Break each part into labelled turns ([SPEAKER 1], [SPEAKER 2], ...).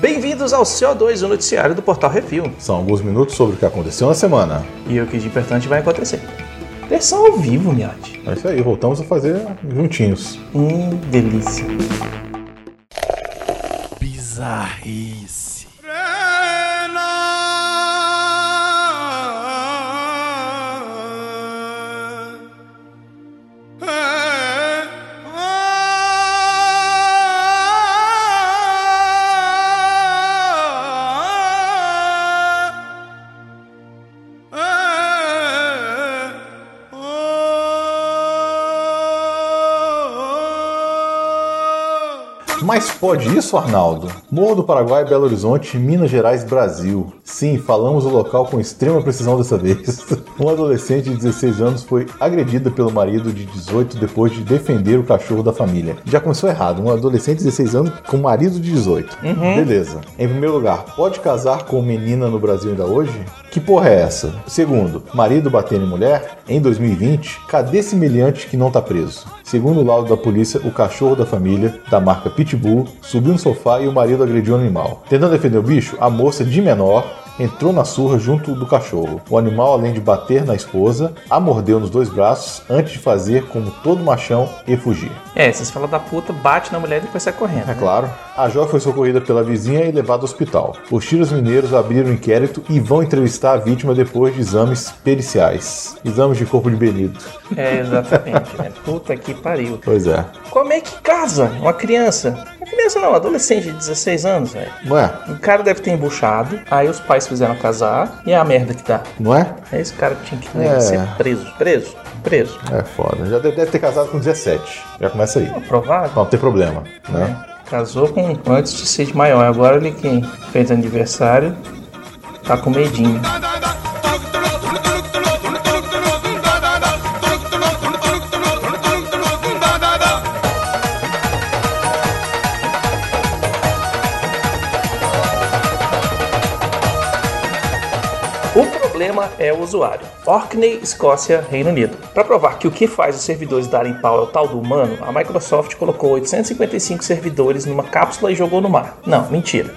[SPEAKER 1] Bem-vindos ao CO2, o noticiário do Portal Refil.
[SPEAKER 2] São alguns minutos sobre o que aconteceu na semana.
[SPEAKER 1] E o que de importante vai acontecer. Versão ao vivo, Miote.
[SPEAKER 2] É isso aí, voltamos a fazer juntinhos.
[SPEAKER 1] Hum, delícia.
[SPEAKER 3] Bizarrice.
[SPEAKER 2] Mas pode isso, Arnaldo? Morro do Paraguai, Belo Horizonte, Minas Gerais, Brasil. Sim, falamos o local com extrema precisão dessa vez. Uma adolescente de 16 anos foi agredida pelo marido de 18 depois de defender o cachorro da família. Já começou errado, uma adolescente de 16 anos com marido de 18. Beleza. Em primeiro lugar, pode casar com menina no Brasil ainda hoje? Que porra é essa? Segundo, marido batendo em mulher? Em 2020, cadê esse meliante que não tá preso? Segundo o laudo da polícia, o cachorro da família, da marca Pitbull, subiu no sofá e o marido agrediu o animal. Tentando defender o bicho, a moça de menor entrou na surra junto do cachorro. O animal, além de bater na esposa, a mordeu nos dois braços antes de fazer como todo machão e fugir.
[SPEAKER 1] É, essas falas da puta bate na mulher e depois sai correndo.
[SPEAKER 2] É claro. A jovem foi socorrida pela vizinha e levada ao hospital. Os tiros mineiros abriram o inquérito e vão entrevistar a vítima depois de exames periciais. Exames de corpo de Benito.
[SPEAKER 1] É, exatamente, né? Puta que pariu.
[SPEAKER 2] Pois é.
[SPEAKER 1] Como é que casa uma criança? Uma criança não, adolescente de 16 anos, velho.
[SPEAKER 2] Não é?
[SPEAKER 1] O cara deve ter embuchado, aí os pais fizeram casar, e é a merda que dá.
[SPEAKER 2] Não é?
[SPEAKER 1] É esse cara que tinha que
[SPEAKER 2] É.
[SPEAKER 1] ser preso. Preso? Preso.
[SPEAKER 2] É foda. Já deve deve ter casado com 17. Já começa aí.
[SPEAKER 1] Aprovado?
[SPEAKER 2] Não tem problema, né?
[SPEAKER 1] Casou com um antes de ser de maior. Agora ele que fez aniversário tá com medinho. O problema é o usuário. Orkney, Escócia, Reino Unido. Para provar que o que faz os servidores darem pau é o tal do humano, a Microsoft colocou 855 servidores numa cápsula e jogou no mar. Não, mentira.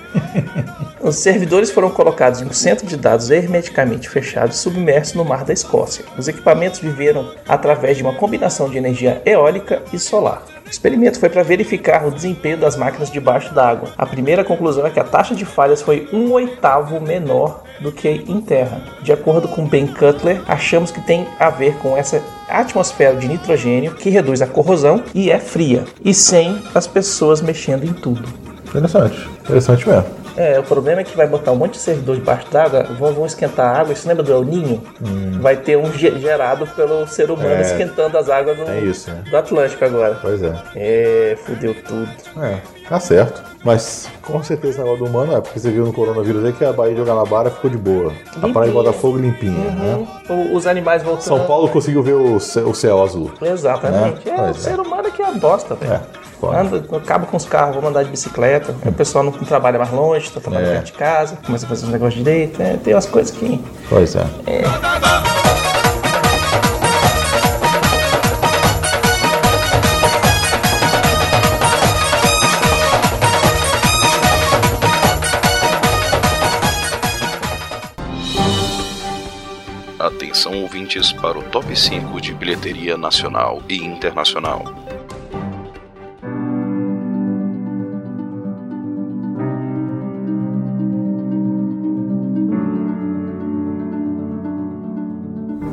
[SPEAKER 1] Os servidores foram colocados em um centro de dados hermeticamente fechado e submerso no mar da Escócia. Os equipamentos viveram através de uma combinação de energia eólica e solar. O experimento foi para verificar o desempenho das máquinas debaixo d'água. A primeira conclusão é que a taxa de falhas foi um oitavo menor do que em terra. De acordo com Ben Cutler, achamos que tem a ver com essa atmosfera de nitrogênio que reduz a corrosão e é fria, e sem as pessoas mexendo em tudo.
[SPEAKER 2] É. Interessante. Interessante mesmo.
[SPEAKER 1] É, o problema é que vai botar um monte de servidor debaixo d'água, vão, vão esquentar a água, isso lembra do El Ninho? Vai ter um ge- gerado pelo ser humano
[SPEAKER 2] Hum. É.
[SPEAKER 1] esquentando as águas do,
[SPEAKER 2] É isso, né?
[SPEAKER 1] do Atlântico agora.
[SPEAKER 2] Pois é.
[SPEAKER 1] É, fudeu tudo.
[SPEAKER 2] É, tá certo. Mas com certeza esse negócio do humano é porque você viu no coronavírus aí que a Bahia de Guanabara ficou de boa. A Praia de Botafogo limpinha, né?
[SPEAKER 1] O- os animais voltando.
[SPEAKER 2] São Paulo conseguiu ver o, ce- o céu azul.
[SPEAKER 1] Exatamente. É,
[SPEAKER 2] Né?
[SPEAKER 1] o
[SPEAKER 2] Pois é.
[SPEAKER 1] ser humano que é uma bosta, velho.
[SPEAKER 2] É, foda.
[SPEAKER 1] Anda, acaba com os carros, vamos andar de bicicleta. Aí O pessoal não trabalha mais longe, tá trabalhando
[SPEAKER 2] É.
[SPEAKER 1] perto de casa, começa a fazer os negócios direito, né? Tem umas coisas que
[SPEAKER 2] Pois é.
[SPEAKER 4] Atenção ouvintes para o top 5 de bilheteria nacional e internacional.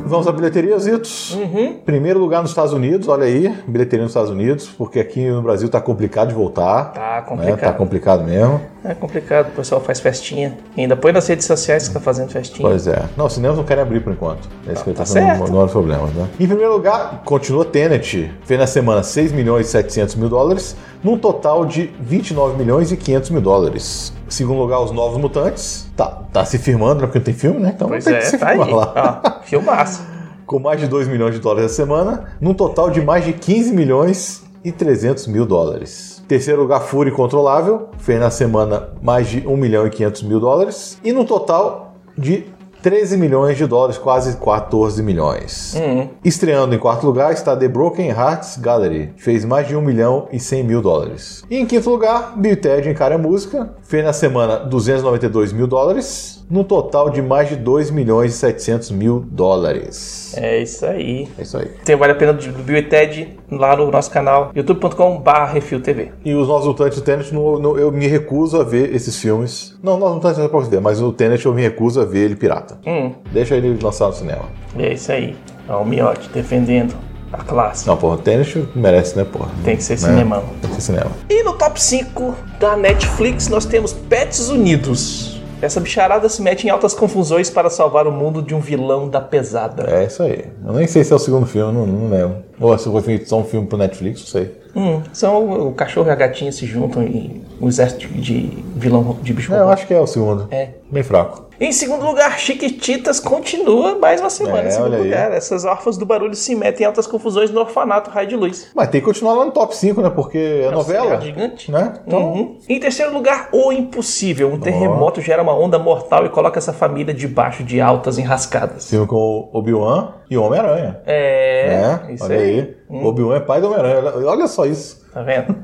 [SPEAKER 2] Vamos à bilheteria, Zitos.
[SPEAKER 1] Uhum.
[SPEAKER 2] Primeiro lugar nos Estados Unidos, olha aí, bilheteria nos Estados Unidos, porque aqui no Brasil tá complicado de voltar.
[SPEAKER 1] Tá
[SPEAKER 2] Né? Tá
[SPEAKER 1] complicado.
[SPEAKER 2] complicado mesmo.
[SPEAKER 1] É complicado, o pessoal faz festinha. Ainda põe nas redes sociais que tá fazendo festinha.
[SPEAKER 2] Pois é. Não, os cinemas não querem abrir por enquanto. É isso que eu
[SPEAKER 1] Tá
[SPEAKER 2] tá sendo
[SPEAKER 1] certo.
[SPEAKER 2] um dos problemas, né? Em primeiro lugar, continua Tenet. Fez na semana 6 milhões e 700 mil dólares, num total de 29 milhões e 500 mil dólares. Em segundo lugar, Os Novos Mutantes. Tá, tá se firmando, né? Porque não tem filme, né? Então
[SPEAKER 1] Pois
[SPEAKER 2] tem
[SPEAKER 1] é,
[SPEAKER 2] que se
[SPEAKER 1] tá aí.
[SPEAKER 2] firmar lá.
[SPEAKER 1] Ó, filmaço.
[SPEAKER 2] Com mais de 2 milhões de dólares a semana, num total de mais de 15 milhões e 300 mil dólares. Terceiro lugar, Fúria um Incontrolável. Fez na semana mais de 1 milhão e 500 mil dólares. E no total de 13 milhões de dólares, quase 14 milhões. Estreando em quarto lugar está The Broken Hearts Gallery, que fez mais de 1 milhão e 100 mil dólares. E em quinto lugar, Bill e Ted Encara a Música, fez na semana 292 mil dólares, num total de mais de 2 milhões e 700 mil dólares.
[SPEAKER 1] É isso aí.
[SPEAKER 2] É isso aí.
[SPEAKER 1] Tem o Vale a Pena do Bill e Ted lá no nosso canal youtube.com.br RefilTV.
[SPEAKER 2] E os Novos Mutantes e o Tenet, não- não- eu me recuso a ver esses filmes. Não, Novos Mutantes não é pra você ver, mas o Tenet eu me recuso a ver ele pirata.
[SPEAKER 1] Hum,
[SPEAKER 2] Deixa ele lançar no cinema.
[SPEAKER 1] é isso aí. Ó, o Miotti defendendo a classe.
[SPEAKER 2] Não, porra, o Tenet merece, né, porra?
[SPEAKER 1] Tem que ser
[SPEAKER 2] Né?
[SPEAKER 1] cinemão.
[SPEAKER 2] Tem que ser cinema.
[SPEAKER 1] E no top 5 da Netflix nós temos Pets Unidos. Essa bicharada se mete em altas confusões para salvar o mundo de um vilão da pesada.
[SPEAKER 2] É isso aí. Eu nem sei se é o segundo filme, não, não lembro. Ou se foi só um filme pro Netflix, não sei.
[SPEAKER 1] Hum, são o cachorro e a gatinha se juntam e um exército de vilão de bicho.
[SPEAKER 2] É, eu acho que é o segundo.
[SPEAKER 1] Tá É.
[SPEAKER 2] Bem fraco.
[SPEAKER 1] Em segundo lugar, Chiquititas continua mais uma semana.
[SPEAKER 2] É,
[SPEAKER 1] em segundo
[SPEAKER 2] olha aí.
[SPEAKER 1] lugar, essas órfãs do barulho se metem em altas confusões no orfanato Raio de Luz.
[SPEAKER 2] Mas tem que continuar lá no top 5, né? Porque é novela.
[SPEAKER 1] seriado gigante.
[SPEAKER 2] Né? Então,
[SPEAKER 1] Uhum. Em terceiro lugar, O Impossível. Um terremoto gera uma onda mortal e coloca essa família debaixo de altas enrascadas.
[SPEAKER 2] filme com Obi-Wan e Homem-Aranha.
[SPEAKER 1] É,
[SPEAKER 2] né?
[SPEAKER 1] isso
[SPEAKER 2] Olha
[SPEAKER 1] aí.
[SPEAKER 2] aí. Obi-Wan é pai do Homem-Aranha. Olha- Olha só isso.
[SPEAKER 1] Tá vendo?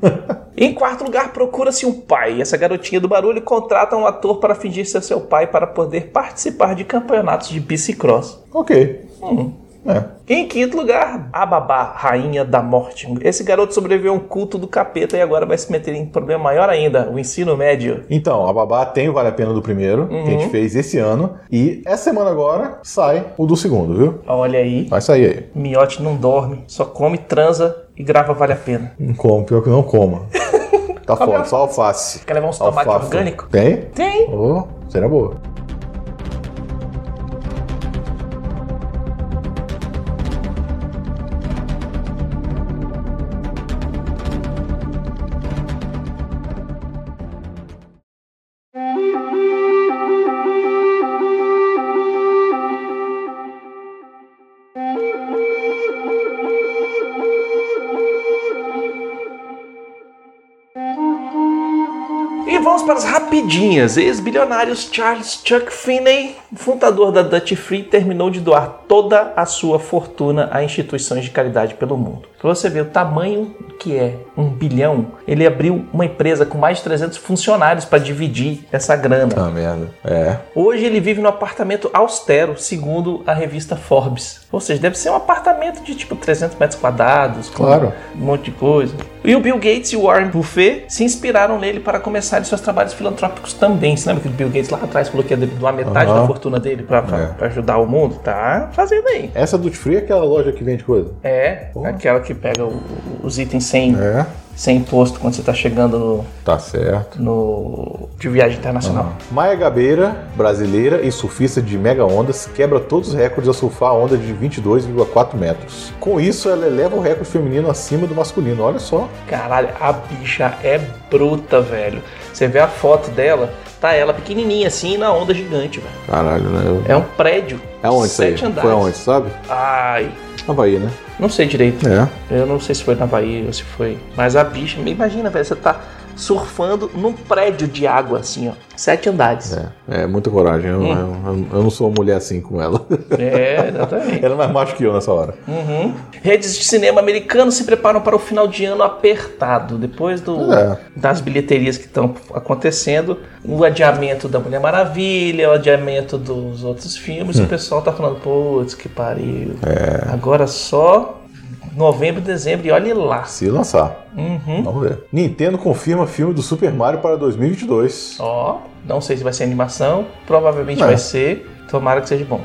[SPEAKER 1] em quarto lugar, procura-se um pai. Essa garotinha do barulho contrata um ator para fingir ser seu pai para poder participar de campeonatos de bicicross.
[SPEAKER 2] Ok.
[SPEAKER 1] Hum.
[SPEAKER 2] É.
[SPEAKER 1] Em quinto lugar, a babá, rainha da morte. Esse garoto sobreviveu a um culto do capeta e agora vai se meter em problema maior ainda, o ensino médio.
[SPEAKER 2] Então, a Babá tem o Vale a Pena do primeiro, que
[SPEAKER 1] Uhum.
[SPEAKER 2] a gente fez esse ano. E essa semana agora sai o do segundo, viu?
[SPEAKER 1] Olha aí,
[SPEAKER 2] Vai sair aí.
[SPEAKER 1] Miote não dorme, só come, transa e grava Vale a Pena.
[SPEAKER 2] Não como, pior que não coma. Tá fora, só alface.
[SPEAKER 1] é Quer levar uns tomates
[SPEAKER 2] Alface.
[SPEAKER 1] orgânicos?
[SPEAKER 2] Tem?
[SPEAKER 1] Tem!
[SPEAKER 2] Oh, seria boa.
[SPEAKER 1] E vamos para as rapidinhas. Ex-bilionários Charles Chuck Finney, fundador da Dutch Free, terminou de doar toda a sua fortuna a instituições de caridade pelo mundo. Pra você ver o tamanho que é um bilhão, ele abriu uma empresa com mais de 300 funcionários para dividir essa grana.
[SPEAKER 2] Ah, merda. É.
[SPEAKER 1] Hoje ele vive num apartamento austero, segundo a revista Forbes. Ou seja, deve ser um apartamento de tipo 300 metros quadrados, com
[SPEAKER 2] Claro.
[SPEAKER 1] um monte de coisa. E o Bill Gates e o Warren Buffett se inspiraram nele para começarem seus trabalhos filantrópicos também. Você lembra que o Bill Gates lá atrás falou que ia doar metade
[SPEAKER 2] Aham.
[SPEAKER 1] da fortuna dele para
[SPEAKER 2] É.
[SPEAKER 1] ajudar o mundo? Tá fazendo aí.
[SPEAKER 2] Essa Duty Free é aquela loja que vende coisa?
[SPEAKER 1] É, aquela que pega o- os itens sem,
[SPEAKER 2] É.
[SPEAKER 1] sem imposto quando você tá chegando no,
[SPEAKER 2] Tá certo.
[SPEAKER 1] no- de viagem internacional.
[SPEAKER 2] Maia Gabeira, brasileira e surfista de mega ondas, quebra todos os recordes ao surfar a onda de 22,4 metros. Com isso, ela eleva o recorde feminino acima do masculino. Olha só.
[SPEAKER 1] Caralho, a bicha é bruta, velho. Você vê a foto dela, tá ela pequenininha assim na onda gigante, velho.
[SPEAKER 2] Caralho, né?
[SPEAKER 1] É um prédio. sete andares.
[SPEAKER 2] sabe?
[SPEAKER 1] Ai,
[SPEAKER 2] Havaí, né?
[SPEAKER 1] não sei direito.
[SPEAKER 2] É.
[SPEAKER 1] Eu não sei se foi na Bahia ou se foi. Mas a bicha, me imagina, velho, você tá surfando num prédio de água assim, ó. Sete andares.
[SPEAKER 2] É, é muita coragem.
[SPEAKER 1] Hum.
[SPEAKER 2] Eu, eu- eu não sou uma mulher assim com ela.
[SPEAKER 1] É, exatamente.
[SPEAKER 2] Ela é mais macho que eu nessa hora.
[SPEAKER 1] Uhum. Redes de cinema americanos se preparam para o final de ano apertado. Depois do-
[SPEAKER 2] É.
[SPEAKER 1] das bilheterias que estão acontecendo, o adiamento da Mulher Maravilha, o adiamento dos outros filmes,
[SPEAKER 2] Hum.
[SPEAKER 1] o pessoal tá falando, putz, que pariu.
[SPEAKER 2] É.
[SPEAKER 1] Agora só novembro, dezembro, e olhe lá.
[SPEAKER 2] Se lançar.
[SPEAKER 1] Uhum.
[SPEAKER 2] Vamos ver. Nintendo confirma filme do Super Mario para 2022.
[SPEAKER 1] Ó, não sei se vai ser animação, provavelmente
[SPEAKER 2] É.
[SPEAKER 1] vai ser. Tomara que seja bom.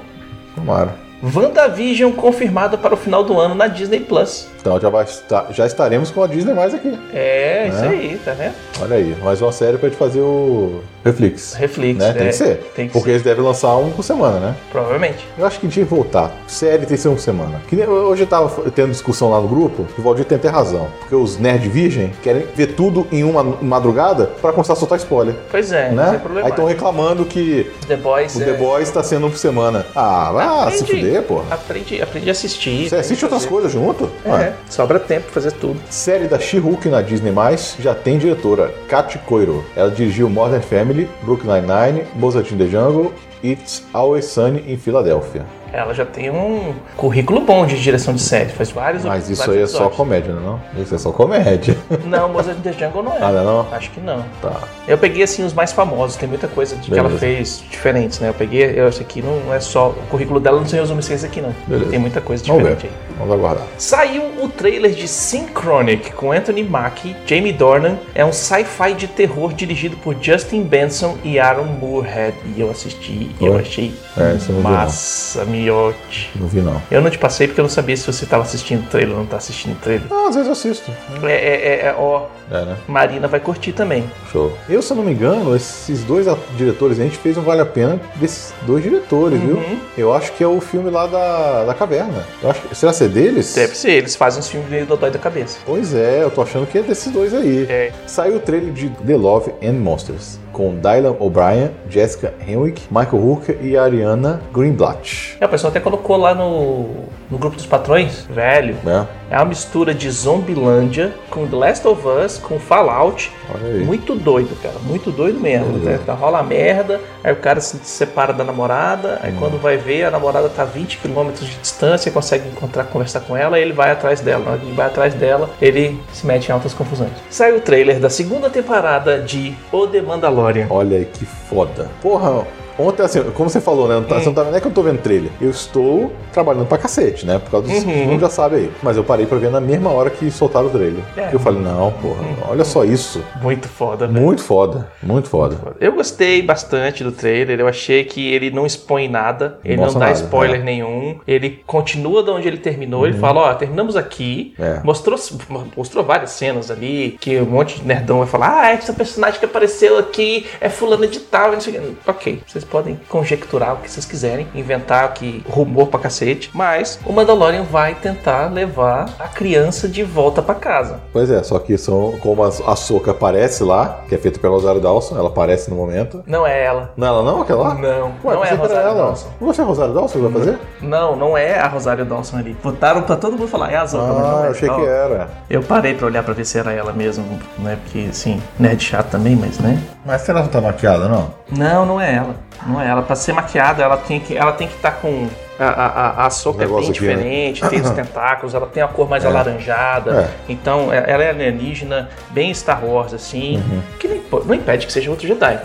[SPEAKER 2] Tomara.
[SPEAKER 1] WandaVision confirmado para o final do ano na Disney Plus.
[SPEAKER 2] Então já, vai estar- já estaremos com a Disney mais aqui.
[SPEAKER 1] É, isso
[SPEAKER 2] É.
[SPEAKER 1] aí, tá vendo?
[SPEAKER 2] Olha aí, mais uma série pra gente fazer o Reflex.
[SPEAKER 1] Reflex,
[SPEAKER 2] Né? Tem
[SPEAKER 1] é.
[SPEAKER 2] que ser.
[SPEAKER 1] Tem que
[SPEAKER 2] Porque
[SPEAKER 1] ser,
[SPEAKER 2] eles devem lançar um por semana, né?
[SPEAKER 1] provavelmente.
[SPEAKER 2] Eu acho que tinha que voltar. Série tem que ser um por semana. Que nem- hoje eu tava tendo discussão lá no grupo, e o Valdir tem até razão. Porque os nerd virgem querem ver tudo em uma madrugada pra começar a soltar spoiler.
[SPEAKER 1] Pois é,
[SPEAKER 2] né?
[SPEAKER 1] não é
[SPEAKER 2] Aí
[SPEAKER 1] problema.
[SPEAKER 2] estão reclamando que
[SPEAKER 1] The Boys.
[SPEAKER 2] o
[SPEAKER 1] é-
[SPEAKER 2] The Boys tá sendo um por semana. Ah, vá se
[SPEAKER 1] Entendi.
[SPEAKER 2] fuder, pô.
[SPEAKER 1] Aprende, aprende a assistir.
[SPEAKER 2] Você é assim,
[SPEAKER 1] tem
[SPEAKER 2] assiste
[SPEAKER 1] que
[SPEAKER 2] outras
[SPEAKER 1] fazer.
[SPEAKER 2] coisas junto? Ué.
[SPEAKER 1] É, sobra tempo pra fazer tudo.
[SPEAKER 2] Série da She-Hulk na Disney+, já tem diretora, Katy Coiro. Ela dirigiu Modern Family, Brooklyn Nine-Nine, Mozart in the Jungle It's Always Sunny em Filadélfia.
[SPEAKER 1] Ela já tem um currículo bom de direção de série, faz vários
[SPEAKER 2] Mas isso aí é
[SPEAKER 1] vários
[SPEAKER 2] só
[SPEAKER 1] episódios.
[SPEAKER 2] comédia, não é? não? Isso é só comédia.
[SPEAKER 1] Não, Mozart in the Jungle não é.
[SPEAKER 2] Ah, não é não?
[SPEAKER 1] Acho que não.
[SPEAKER 2] Tá.
[SPEAKER 1] Eu peguei assim os mais famosos, tem muita coisa de que ela
[SPEAKER 2] Beleza.
[SPEAKER 1] fez diferente, né? Eu peguei, eu, esse aqui não é só. O currículo dela não se resume só isso é aqui, não.
[SPEAKER 2] Beleza.
[SPEAKER 1] Tem muita coisa
[SPEAKER 2] Vamos
[SPEAKER 1] diferente aí.
[SPEAKER 2] Vamos aguardar.
[SPEAKER 1] Saiu o trailer de Synchronic com Anthony Mackie, Jamie Dornan. É um sci-fi de terror dirigido por Justin Benson e Aaron Moorhead. E eu assisti e eu
[SPEAKER 2] Oi?
[SPEAKER 1] achei
[SPEAKER 2] É, isso eu não vi, não.
[SPEAKER 1] massa, miote.
[SPEAKER 2] Não vi, não.
[SPEAKER 1] Eu não te passei porque eu não sabia se você estava assistindo o trailer ou não tá assistindo o trailer.
[SPEAKER 2] Ah, às vezes eu assisto.
[SPEAKER 1] É, é, é, é, ó,
[SPEAKER 2] É, né?
[SPEAKER 1] Marina vai curtir também.
[SPEAKER 2] Show. Eu, se eu não me engano, esses dois a- diretores, a gente fez um Vale a Pena desses dois diretores, viu?
[SPEAKER 1] Uhum.
[SPEAKER 2] Eu acho que é o filme lá da, da caverna. Eu acho, será que é deles?
[SPEAKER 1] Deve ser, eles fazem uns filmes meio dodói da cabeça.
[SPEAKER 2] Pois é, eu tô achando que é desses dois aí.
[SPEAKER 1] É.
[SPEAKER 2] Saiu o trailer de The Love and Monsters, com Dylan O'Brien, Jessica Henwick, Michael Hooker e Ariana Greenblatt.
[SPEAKER 1] É, o pessoal até colocou lá no, no grupo dos patrões, velho.
[SPEAKER 2] Né?
[SPEAKER 1] É uma mistura de Zombilândia com The Last of Us, com Fallout.
[SPEAKER 2] Olha aí.
[SPEAKER 1] Muito doido, cara. Muito doido mesmo.
[SPEAKER 2] Olha.
[SPEAKER 1] Tá- tá- rola a merda, aí o cara se separa da namorada, aí quando vai ver, a namorada tá a 20 km de distância, consegue encontrar, conversar com ela, e ele vai atrás dela. Na hora que ele vai atrás dela, ele se mete em altas confusões. Saiu o trailer da segunda temporada de O The Mandalorian.
[SPEAKER 2] Olha aí, que foda. Porra, ontem, assim, como você falou, né? Não,
[SPEAKER 1] Hum.
[SPEAKER 2] tá, você não, tá, não é que eu tô vendo trailer. Eu estou trabalhando pra cacete, né? Por causa dos
[SPEAKER 1] Uhum.
[SPEAKER 2] todo mundo já sabe aí. Mas eu parei pra ver na mesma hora que soltaram o trailer.
[SPEAKER 1] É.
[SPEAKER 2] Eu falei, não, porra, olha só isso.
[SPEAKER 1] Muito foda, né?
[SPEAKER 2] Muito foda, muito foda.
[SPEAKER 1] Eu gostei bastante do trailer, eu achei que ele não expõe nada, ele
[SPEAKER 2] Mostra
[SPEAKER 1] não dá
[SPEAKER 2] nada,
[SPEAKER 1] spoiler
[SPEAKER 2] é. Uhum.
[SPEAKER 1] nenhum, ele continua de onde ele terminou, ele fala, ó, terminamos aqui,
[SPEAKER 2] É.
[SPEAKER 1] mostrou, mostrou várias cenas ali, que um monte de nerdão vai falar, ah, essa personagem que apareceu aqui é fulana de tal, não sei o quê. Ok, vocês podem conjecturar o que vocês quiserem, inventar o que rumor pra cacete, mas o Mandalorian vai tentar levar a criança de volta pra casa.
[SPEAKER 2] Pois é, só que são como as- a soca aparece lá, que é feita pela Rosário Dawson, ela aparece no momento.
[SPEAKER 1] Não é ela.
[SPEAKER 2] Não, ela não, aquela lá?
[SPEAKER 1] Não, não é
[SPEAKER 2] Ué,
[SPEAKER 1] a
[SPEAKER 2] pensei que era
[SPEAKER 1] Rosário
[SPEAKER 2] ela.
[SPEAKER 1] Dawson.
[SPEAKER 2] Não vai ser a Rosário Dawson que vai fazer?
[SPEAKER 1] Não, não é a Rosário Dawson ali. Botaram pra todo mundo falar, é a Zoca, mas não
[SPEAKER 2] Ah,
[SPEAKER 1] é.
[SPEAKER 2] eu achei
[SPEAKER 1] Ó,
[SPEAKER 2] que era.
[SPEAKER 1] Eu parei pra olhar pra ver se era ela mesmo, né? Porque, assim, nerd chato também, mas, né?
[SPEAKER 2] Mas será que não tá maquiada, não?
[SPEAKER 1] Não, não é ela. Não é ela. Pra ser maquiada, ela tem que ela tem que estar com... A, a, a, a soca é bem
[SPEAKER 2] Negócio aqui, né?
[SPEAKER 1] diferente, tem os tentáculos, ela tem a cor
[SPEAKER 2] É.
[SPEAKER 1] mais alaranjada. Então, é- ela é alienígena, bem Star Wars, assim.
[SPEAKER 2] Uhum.
[SPEAKER 1] Que não impo- não impede que seja outro Jedi.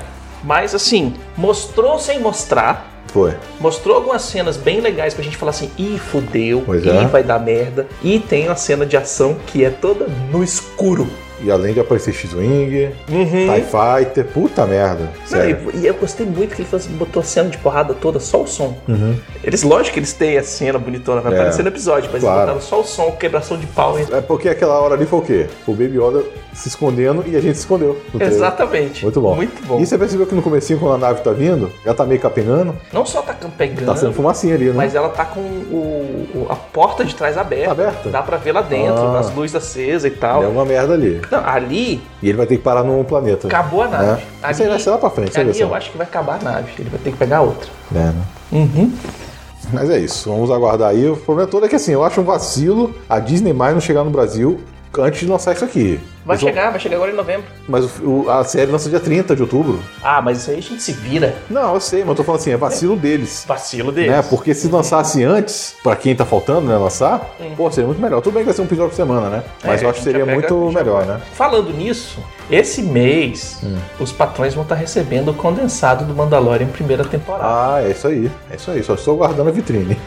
[SPEAKER 1] Mas, assim, mostrou sem mostrar,
[SPEAKER 2] Foi.
[SPEAKER 1] Mostrou algumas cenas bem legais pra gente falar assim, ih, fudeu,
[SPEAKER 2] Pois
[SPEAKER 1] ih,
[SPEAKER 2] é.
[SPEAKER 1] vai dar merda. E tem uma cena de ação que é toda no escuro.
[SPEAKER 2] E além de aparecer X-Wing,
[SPEAKER 1] Uhum.
[SPEAKER 2] TIE Fighter, puta merda. Sério.
[SPEAKER 1] Não, e, e eu gostei muito que ele fez- botou a cena de porrada toda, só o som.
[SPEAKER 2] Uhum.
[SPEAKER 1] Eles, lógico que eles têm a cena bonitona, vai
[SPEAKER 2] É,
[SPEAKER 1] aparecer no episódio, mas
[SPEAKER 2] claro.
[SPEAKER 1] eles botaram só o som, quebração de pau. e-
[SPEAKER 2] É porque aquela hora ali foi o quê? O Baby Yoda se escondendo e a gente se escondeu. no trailer.
[SPEAKER 1] Exatamente.
[SPEAKER 2] Muito bom.
[SPEAKER 1] Muito bom.
[SPEAKER 2] E você percebeu que no comecinho, quando a nave tá vindo, ela tá meio capengando,
[SPEAKER 1] Não só tá campegando,
[SPEAKER 2] tá sendo fumacinha ali, né?
[SPEAKER 1] mas ela tá com o, o- a porta de trás aberta.
[SPEAKER 2] Tá aberta?
[SPEAKER 1] Dá pra ver lá dentro,
[SPEAKER 2] Ah.
[SPEAKER 1] as luzes acesas e tal.
[SPEAKER 2] Deu uma merda ali.
[SPEAKER 1] Não, ali
[SPEAKER 2] E ele vai ter que parar num planeta.
[SPEAKER 1] Acabou a nave. Tá
[SPEAKER 2] É. Isso aí vai ser lá pra frente, você
[SPEAKER 1] ali
[SPEAKER 2] vê só.
[SPEAKER 1] eu acho que vai acabar a nave. Ele vai ter que pegar outra.
[SPEAKER 2] É, né?
[SPEAKER 1] Uhum.
[SPEAKER 2] Mas é isso, vamos aguardar aí. O problema todo é que assim, eu acho um vacilo a Disney mais não chegar no Brasil antes de lançar isso aqui.
[SPEAKER 1] Vai
[SPEAKER 2] Eles vão-
[SPEAKER 1] chegar, vai chegar agora em novembro.
[SPEAKER 2] Mas o- o- a série lança dia 30 de outubro.
[SPEAKER 1] Ah, mas isso aí a gente se vira.
[SPEAKER 2] Não, eu sei, mas eu tô falando assim, é vacilo deles.
[SPEAKER 1] Vacilo dele.
[SPEAKER 2] Né? Porque se lançasse antes, pra quem tá faltando, né, lançar, pô, seria muito melhor. Tudo bem que vai ser um episódio por semana, né? Mas
[SPEAKER 1] É,
[SPEAKER 2] eu acho que
[SPEAKER 1] a gente
[SPEAKER 2] seria
[SPEAKER 1] já pega,
[SPEAKER 2] muito
[SPEAKER 1] já
[SPEAKER 2] melhor,
[SPEAKER 1] vai.
[SPEAKER 2] né?
[SPEAKER 1] Falando nisso, esse mês
[SPEAKER 2] Hum.
[SPEAKER 1] os patrões vão estar recebendo o condensado do Mandalorian primeira temporada.
[SPEAKER 2] Ah, é isso aí. É isso aí, só estou guardando a vitrine.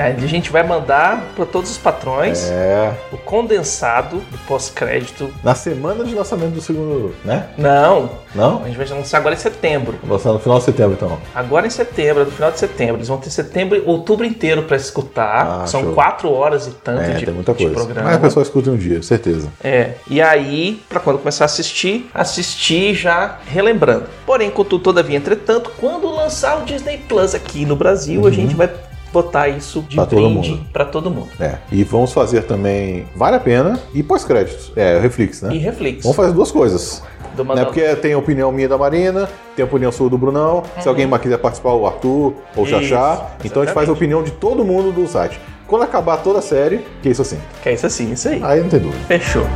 [SPEAKER 1] Aí Né? A gente vai mandar para todos os patrões
[SPEAKER 2] Ah. É.
[SPEAKER 1] o condensado do pós-crédito.
[SPEAKER 2] Na semana de lançamento do segundo, né?
[SPEAKER 1] Não, a
[SPEAKER 2] Não?
[SPEAKER 1] gente vai lançar agora em setembro.
[SPEAKER 2] Lançando no final de setembro, então.
[SPEAKER 1] Agora em setembro, no final de setembro, eles vão ter setembro, outubro inteiro pra escutar.
[SPEAKER 2] Ah,
[SPEAKER 1] São
[SPEAKER 2] show.
[SPEAKER 1] quatro horas e tanto
[SPEAKER 2] É,
[SPEAKER 1] de,
[SPEAKER 2] tem muita
[SPEAKER 1] de
[SPEAKER 2] coisa.
[SPEAKER 1] programa.
[SPEAKER 2] Mas a pessoa escuta em um dia, certeza.
[SPEAKER 1] É. E aí, pra quando começar a assistir, assistir já relembrando. Porém, contudo, todavia, entretanto, quando lançar o Disney Plus aqui no Brasil, a gente vai botar isso de
[SPEAKER 2] Uhum. Pra todo
[SPEAKER 1] brinde
[SPEAKER 2] mundo.
[SPEAKER 1] pra todo mundo.
[SPEAKER 2] É. E vamos fazer também Vale a Pena e pós-créditos. É, o Reflex, né?
[SPEAKER 1] E reflexo.
[SPEAKER 2] Vamos fazer duas coisas.
[SPEAKER 1] do
[SPEAKER 2] Né?
[SPEAKER 1] Mandal-
[SPEAKER 2] Porque tem a opinião minha da Marina, tem a opinião sua do Brunão. Se alguém mais quiser participar, o Arthur ou o
[SPEAKER 1] Isso,
[SPEAKER 2] Xaxá. Então a gente faz a opinião de todo mundo do site. Quando acabar toda a série, que é isso assim.
[SPEAKER 1] Que é isso assim, isso aí.
[SPEAKER 2] Aí não tem dúvida.
[SPEAKER 1] Fechou.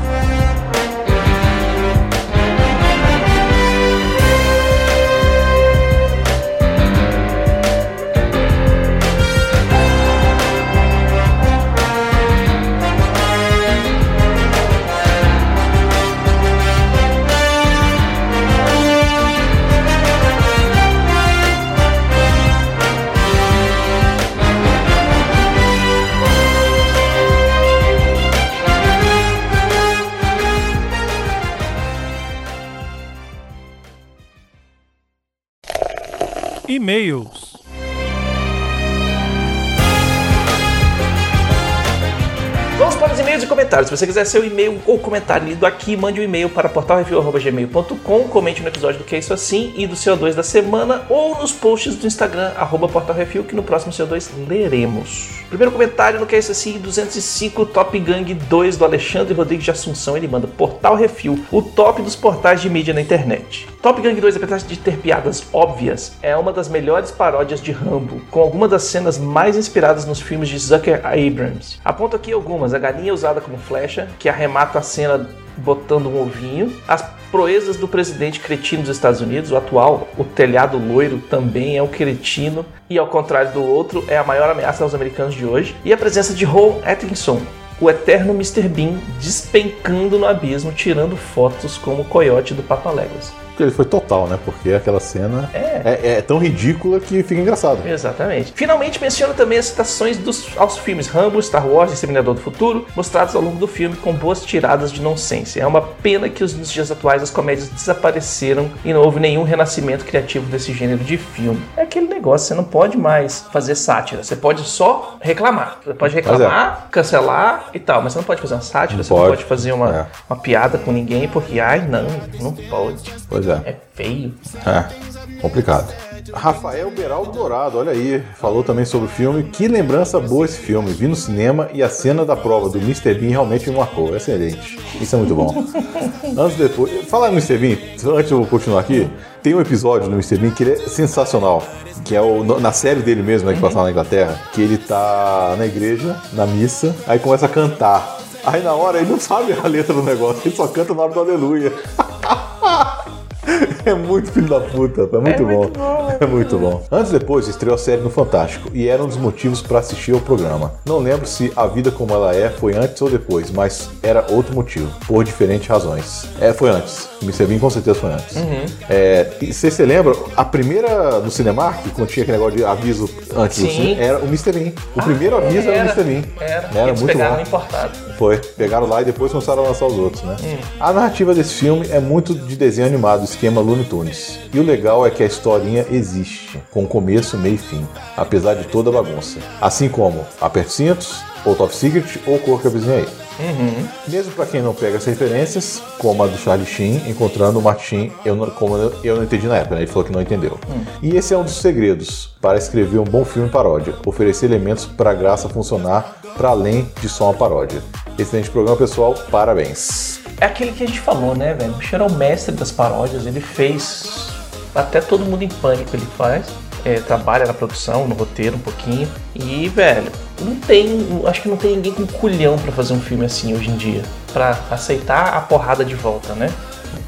[SPEAKER 5] e-mails.
[SPEAKER 1] Vamos para os e-mails e comentários. Se você quiser seu e-mail ou comentário lido aqui, mande um e-mail para portalreview.gmail.com, comente no episódio do Que é Isso Assim e do CO2 da semana ou nos posts do Instagram, arroba portalreview, que no próximo CO2 leremos. Primeiro comentário no Que é Isso Assim 205 Top Gang 2 do Alexandre Rodrigues de Assunção. Ele manda Portal Refil, o top dos portais de mídia na internet. Top Gang 2, apesar de ter piadas óbvias, é uma das melhores paródias de Rambo, com algumas das cenas mais inspiradas nos filmes de Zucker Abrams. Aponto aqui algumas: a galinha usada como flecha, que arremata a cena botando um ovinho, as proezas do presidente cretino dos Estados Unidos, o atual, o telhado loiro também é um cretino e ao contrário do outro é a maior ameaça aos americanos de hoje, e a presença de Ron Atkinson, o eterno Mr. Bean despencando no abismo, tirando fotos como o coiote do Papa Léguas.
[SPEAKER 2] Ele foi total, né? Porque aquela cena é, é tão ridícula que fica engraçado.
[SPEAKER 1] É. Exatamente. Finalmente menciona também as citações dos, aos filmes Rambo, Star Wars e Exterminador do Futuro, mostrados ao longo do filme com boas tiradas de nonsense. É uma pena que os- nos dias atuais as comédias desapareceram e não houve nenhum renascimento criativo desse gênero de filme. É aquele negócio, você não pode mais fazer sátira, você pode só reclamar. Você pode
[SPEAKER 2] Pois é.
[SPEAKER 1] reclamar, cancelar e tal, mas você não pode fazer uma sátira,
[SPEAKER 2] Não
[SPEAKER 1] você não
[SPEAKER 2] pode.
[SPEAKER 1] pode fazer uma,
[SPEAKER 2] É.
[SPEAKER 1] uma piada com ninguém, porque, ai, não, não pode.
[SPEAKER 2] Pois
[SPEAKER 1] É
[SPEAKER 2] é.
[SPEAKER 1] feio.
[SPEAKER 2] É. Complicado. Rafael Beraldo Dourado, olha aí, falou também sobre o filme. Que lembrança boa esse filme. Vi no cinema e a cena da prova do Mr. Bean realmente me marcou. Excelente. Isso é muito bom. Antes depois. Falar no Mr. Bean, antes eu vou continuar aqui. Tem um episódio no Mr. Bean que ele é sensacional. Que é o, no- na série dele mesmo, né, que passa lá na Inglaterra. Que ele tá na igreja, na missa, aí começa a cantar. Aí na hora ele não sabe a letra do negócio, ele só canta na hora do aleluia. É muito filho da puta, é muito, bom. É muito bom. Antes e depois estreou a série no Fantástico e era um dos motivos pra assistir ao programa. Não lembro se A Vida Como Ela É foi antes ou depois, mas era outro motivo, por diferentes razões. É, foi antes. O Mr. Bean com certeza foi antes.
[SPEAKER 1] Uhum.
[SPEAKER 2] É, e se você lembra, a primeira do Cinemark, quando tinha aquele negócio de aviso antes do
[SPEAKER 1] Sim. Ah,
[SPEAKER 2] cinema, era o Mr. Bean. O primeiro aviso era, o Mr. Bean.
[SPEAKER 1] Era,
[SPEAKER 2] era
[SPEAKER 1] eles
[SPEAKER 2] muito
[SPEAKER 1] pegaram
[SPEAKER 2] bom.
[SPEAKER 1] importado.
[SPEAKER 2] Foi. Pegaram lá e depois começaram a lançar os outros, né? A narrativa desse filme é muito de desenho animado, esquema Looney Tunes. E o legal é que a historinha existe, com começo, meio e fim, apesar de toda a bagunça. Assim como Aperto Cintos, ou Top Secret, ou Cor que eu Vizinhei. Mesmo pra quem não pega as referências, como a do Charlie Sheen, encontrando o Martin, eu não, como eu- eu não entendi na época, né? ele falou que não entendeu. E esse é um dos segredos para escrever um bom filme paródia, oferecer elementos para a graça funcionar para além de só uma paródia. Excelente programa, pessoal, parabéns.
[SPEAKER 1] É aquele que a gente falou, né, velho? O bicho era o mestre das paródias, ele fez. Até todo mundo em pânico ele faz. É, trabalha na produção, no roteiro um pouquinho. E, velho, não tem. Acho que não tem ninguém com culhão pra fazer um filme assim hoje em dia. Pra aceitar a porrada de volta, né?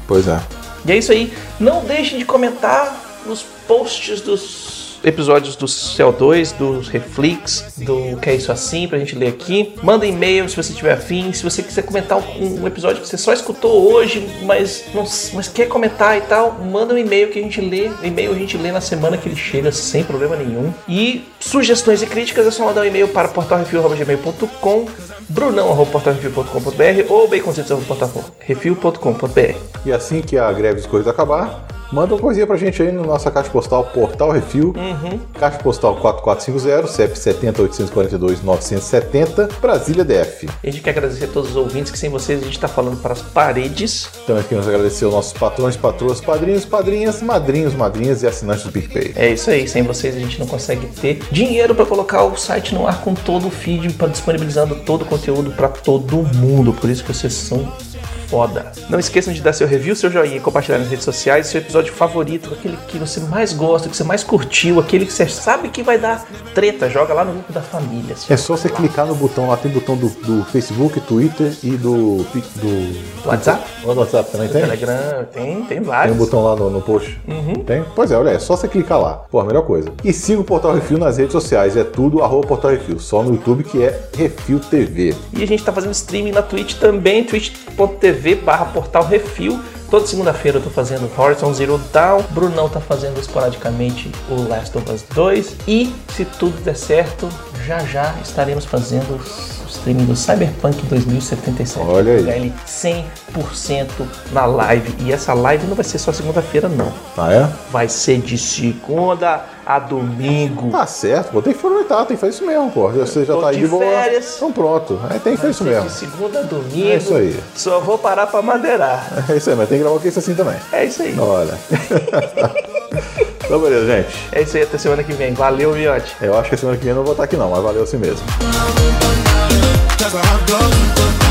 [SPEAKER 2] Pois é.
[SPEAKER 1] E é isso aí. Não deixem de comentar nos posts dos episódios do CO2, dos Reflex, do Que É Isso Assim, pra gente ler aqui. Manda e-mail se você tiver afim. Se você quiser comentar um, um episódio que você só escutou hoje, mas, não, mas quer comentar e tal, manda um e-mail que a gente lê. O E-mail a gente lê na semana que ele chega, sem problema nenhum. E sugestões e críticas é só mandar um e-mail para portalrefil.gmail.com brunão.portalrefil.com.br ou baconzitos.portalrefil.com.br
[SPEAKER 2] E assim que a greve dos coisas acabar, manda uma coisinha pra gente aí na nossa caixa postal Portal Refil. Caixa postal 4450, CEP 70 842 970, Brasília DF.
[SPEAKER 1] A gente quer agradecer a todos os ouvintes que sem vocês a gente está falando para as paredes.
[SPEAKER 2] Também queremos Então, agradecer aos nossos patrões, patroas, padrinhos, padrinhas, madrinhos, madrinhas e assinantes do PicPay.
[SPEAKER 1] É isso aí, sem vocês a gente não consegue ter dinheiro para colocar o site no ar com todo o feed, pra- disponibilizando todo o conteúdo para todo mundo. Por isso que vocês são foda. Não esqueçam de dar seu review, seu joinha, compartilhar nas redes sociais, seu episódio favorito, aquele que você mais gosta, que você mais curtiu, aquele que você sabe que vai dar treta. Joga lá no grupo da família.
[SPEAKER 2] É só você clicar no botão lá, tem botão do, do Facebook, Twitter e do. Pic- do
[SPEAKER 1] WhatsApp,
[SPEAKER 2] Lá no WhatsApp também tem? É, Tem
[SPEAKER 1] Telegram, tem, tem vários.
[SPEAKER 2] um botão lá no, no post? Tem? Pois é, olha, aí, é só você clicar lá. Pô, a melhor coisa. E siga o Portal Refil nas redes sociais, é tudo arroba Portal Refil, só no YouTube que é Refil TV.
[SPEAKER 1] E a gente tá fazendo streaming na Twitch também, twitch.tv barra portal refil. Toda segunda-feira eu tô fazendo Horizon Zero Dawn, Brunão tá fazendo esporadicamente o Last of Us 2 e, se tudo der certo, já já estaremos fazendo o streaming do Cyberpunk 2077.
[SPEAKER 2] Olha aí.
[SPEAKER 1] Ele 100% na live. E essa live não vai ser só segunda-feira, não.
[SPEAKER 2] Ah, tá, é?
[SPEAKER 1] Vai ser de segunda a domingo.
[SPEAKER 2] Tá certo, pô, tem que aproveitar, tem que fazer isso mesmo, pô. Você já
[SPEAKER 1] Tô
[SPEAKER 2] tá aí
[SPEAKER 1] de
[SPEAKER 2] de boa.
[SPEAKER 1] férias.
[SPEAKER 2] Então pronto, aí tem que fazer isso
[SPEAKER 1] Vai ser
[SPEAKER 2] mesmo.
[SPEAKER 1] De segunda a domingo.
[SPEAKER 2] É isso aí.
[SPEAKER 1] Só vou parar pra madeirar.
[SPEAKER 2] É isso aí, mas tem que gravar o que isso assim também.
[SPEAKER 1] É isso aí.
[SPEAKER 2] Olha. então, beleza, gente.
[SPEAKER 1] É isso aí, até semana que vem. Valeu, Miote.
[SPEAKER 2] Eu acho que semana que vem eu não vou estar aqui não, mas valeu assim mesmo.
[SPEAKER 3] That's where I'm going.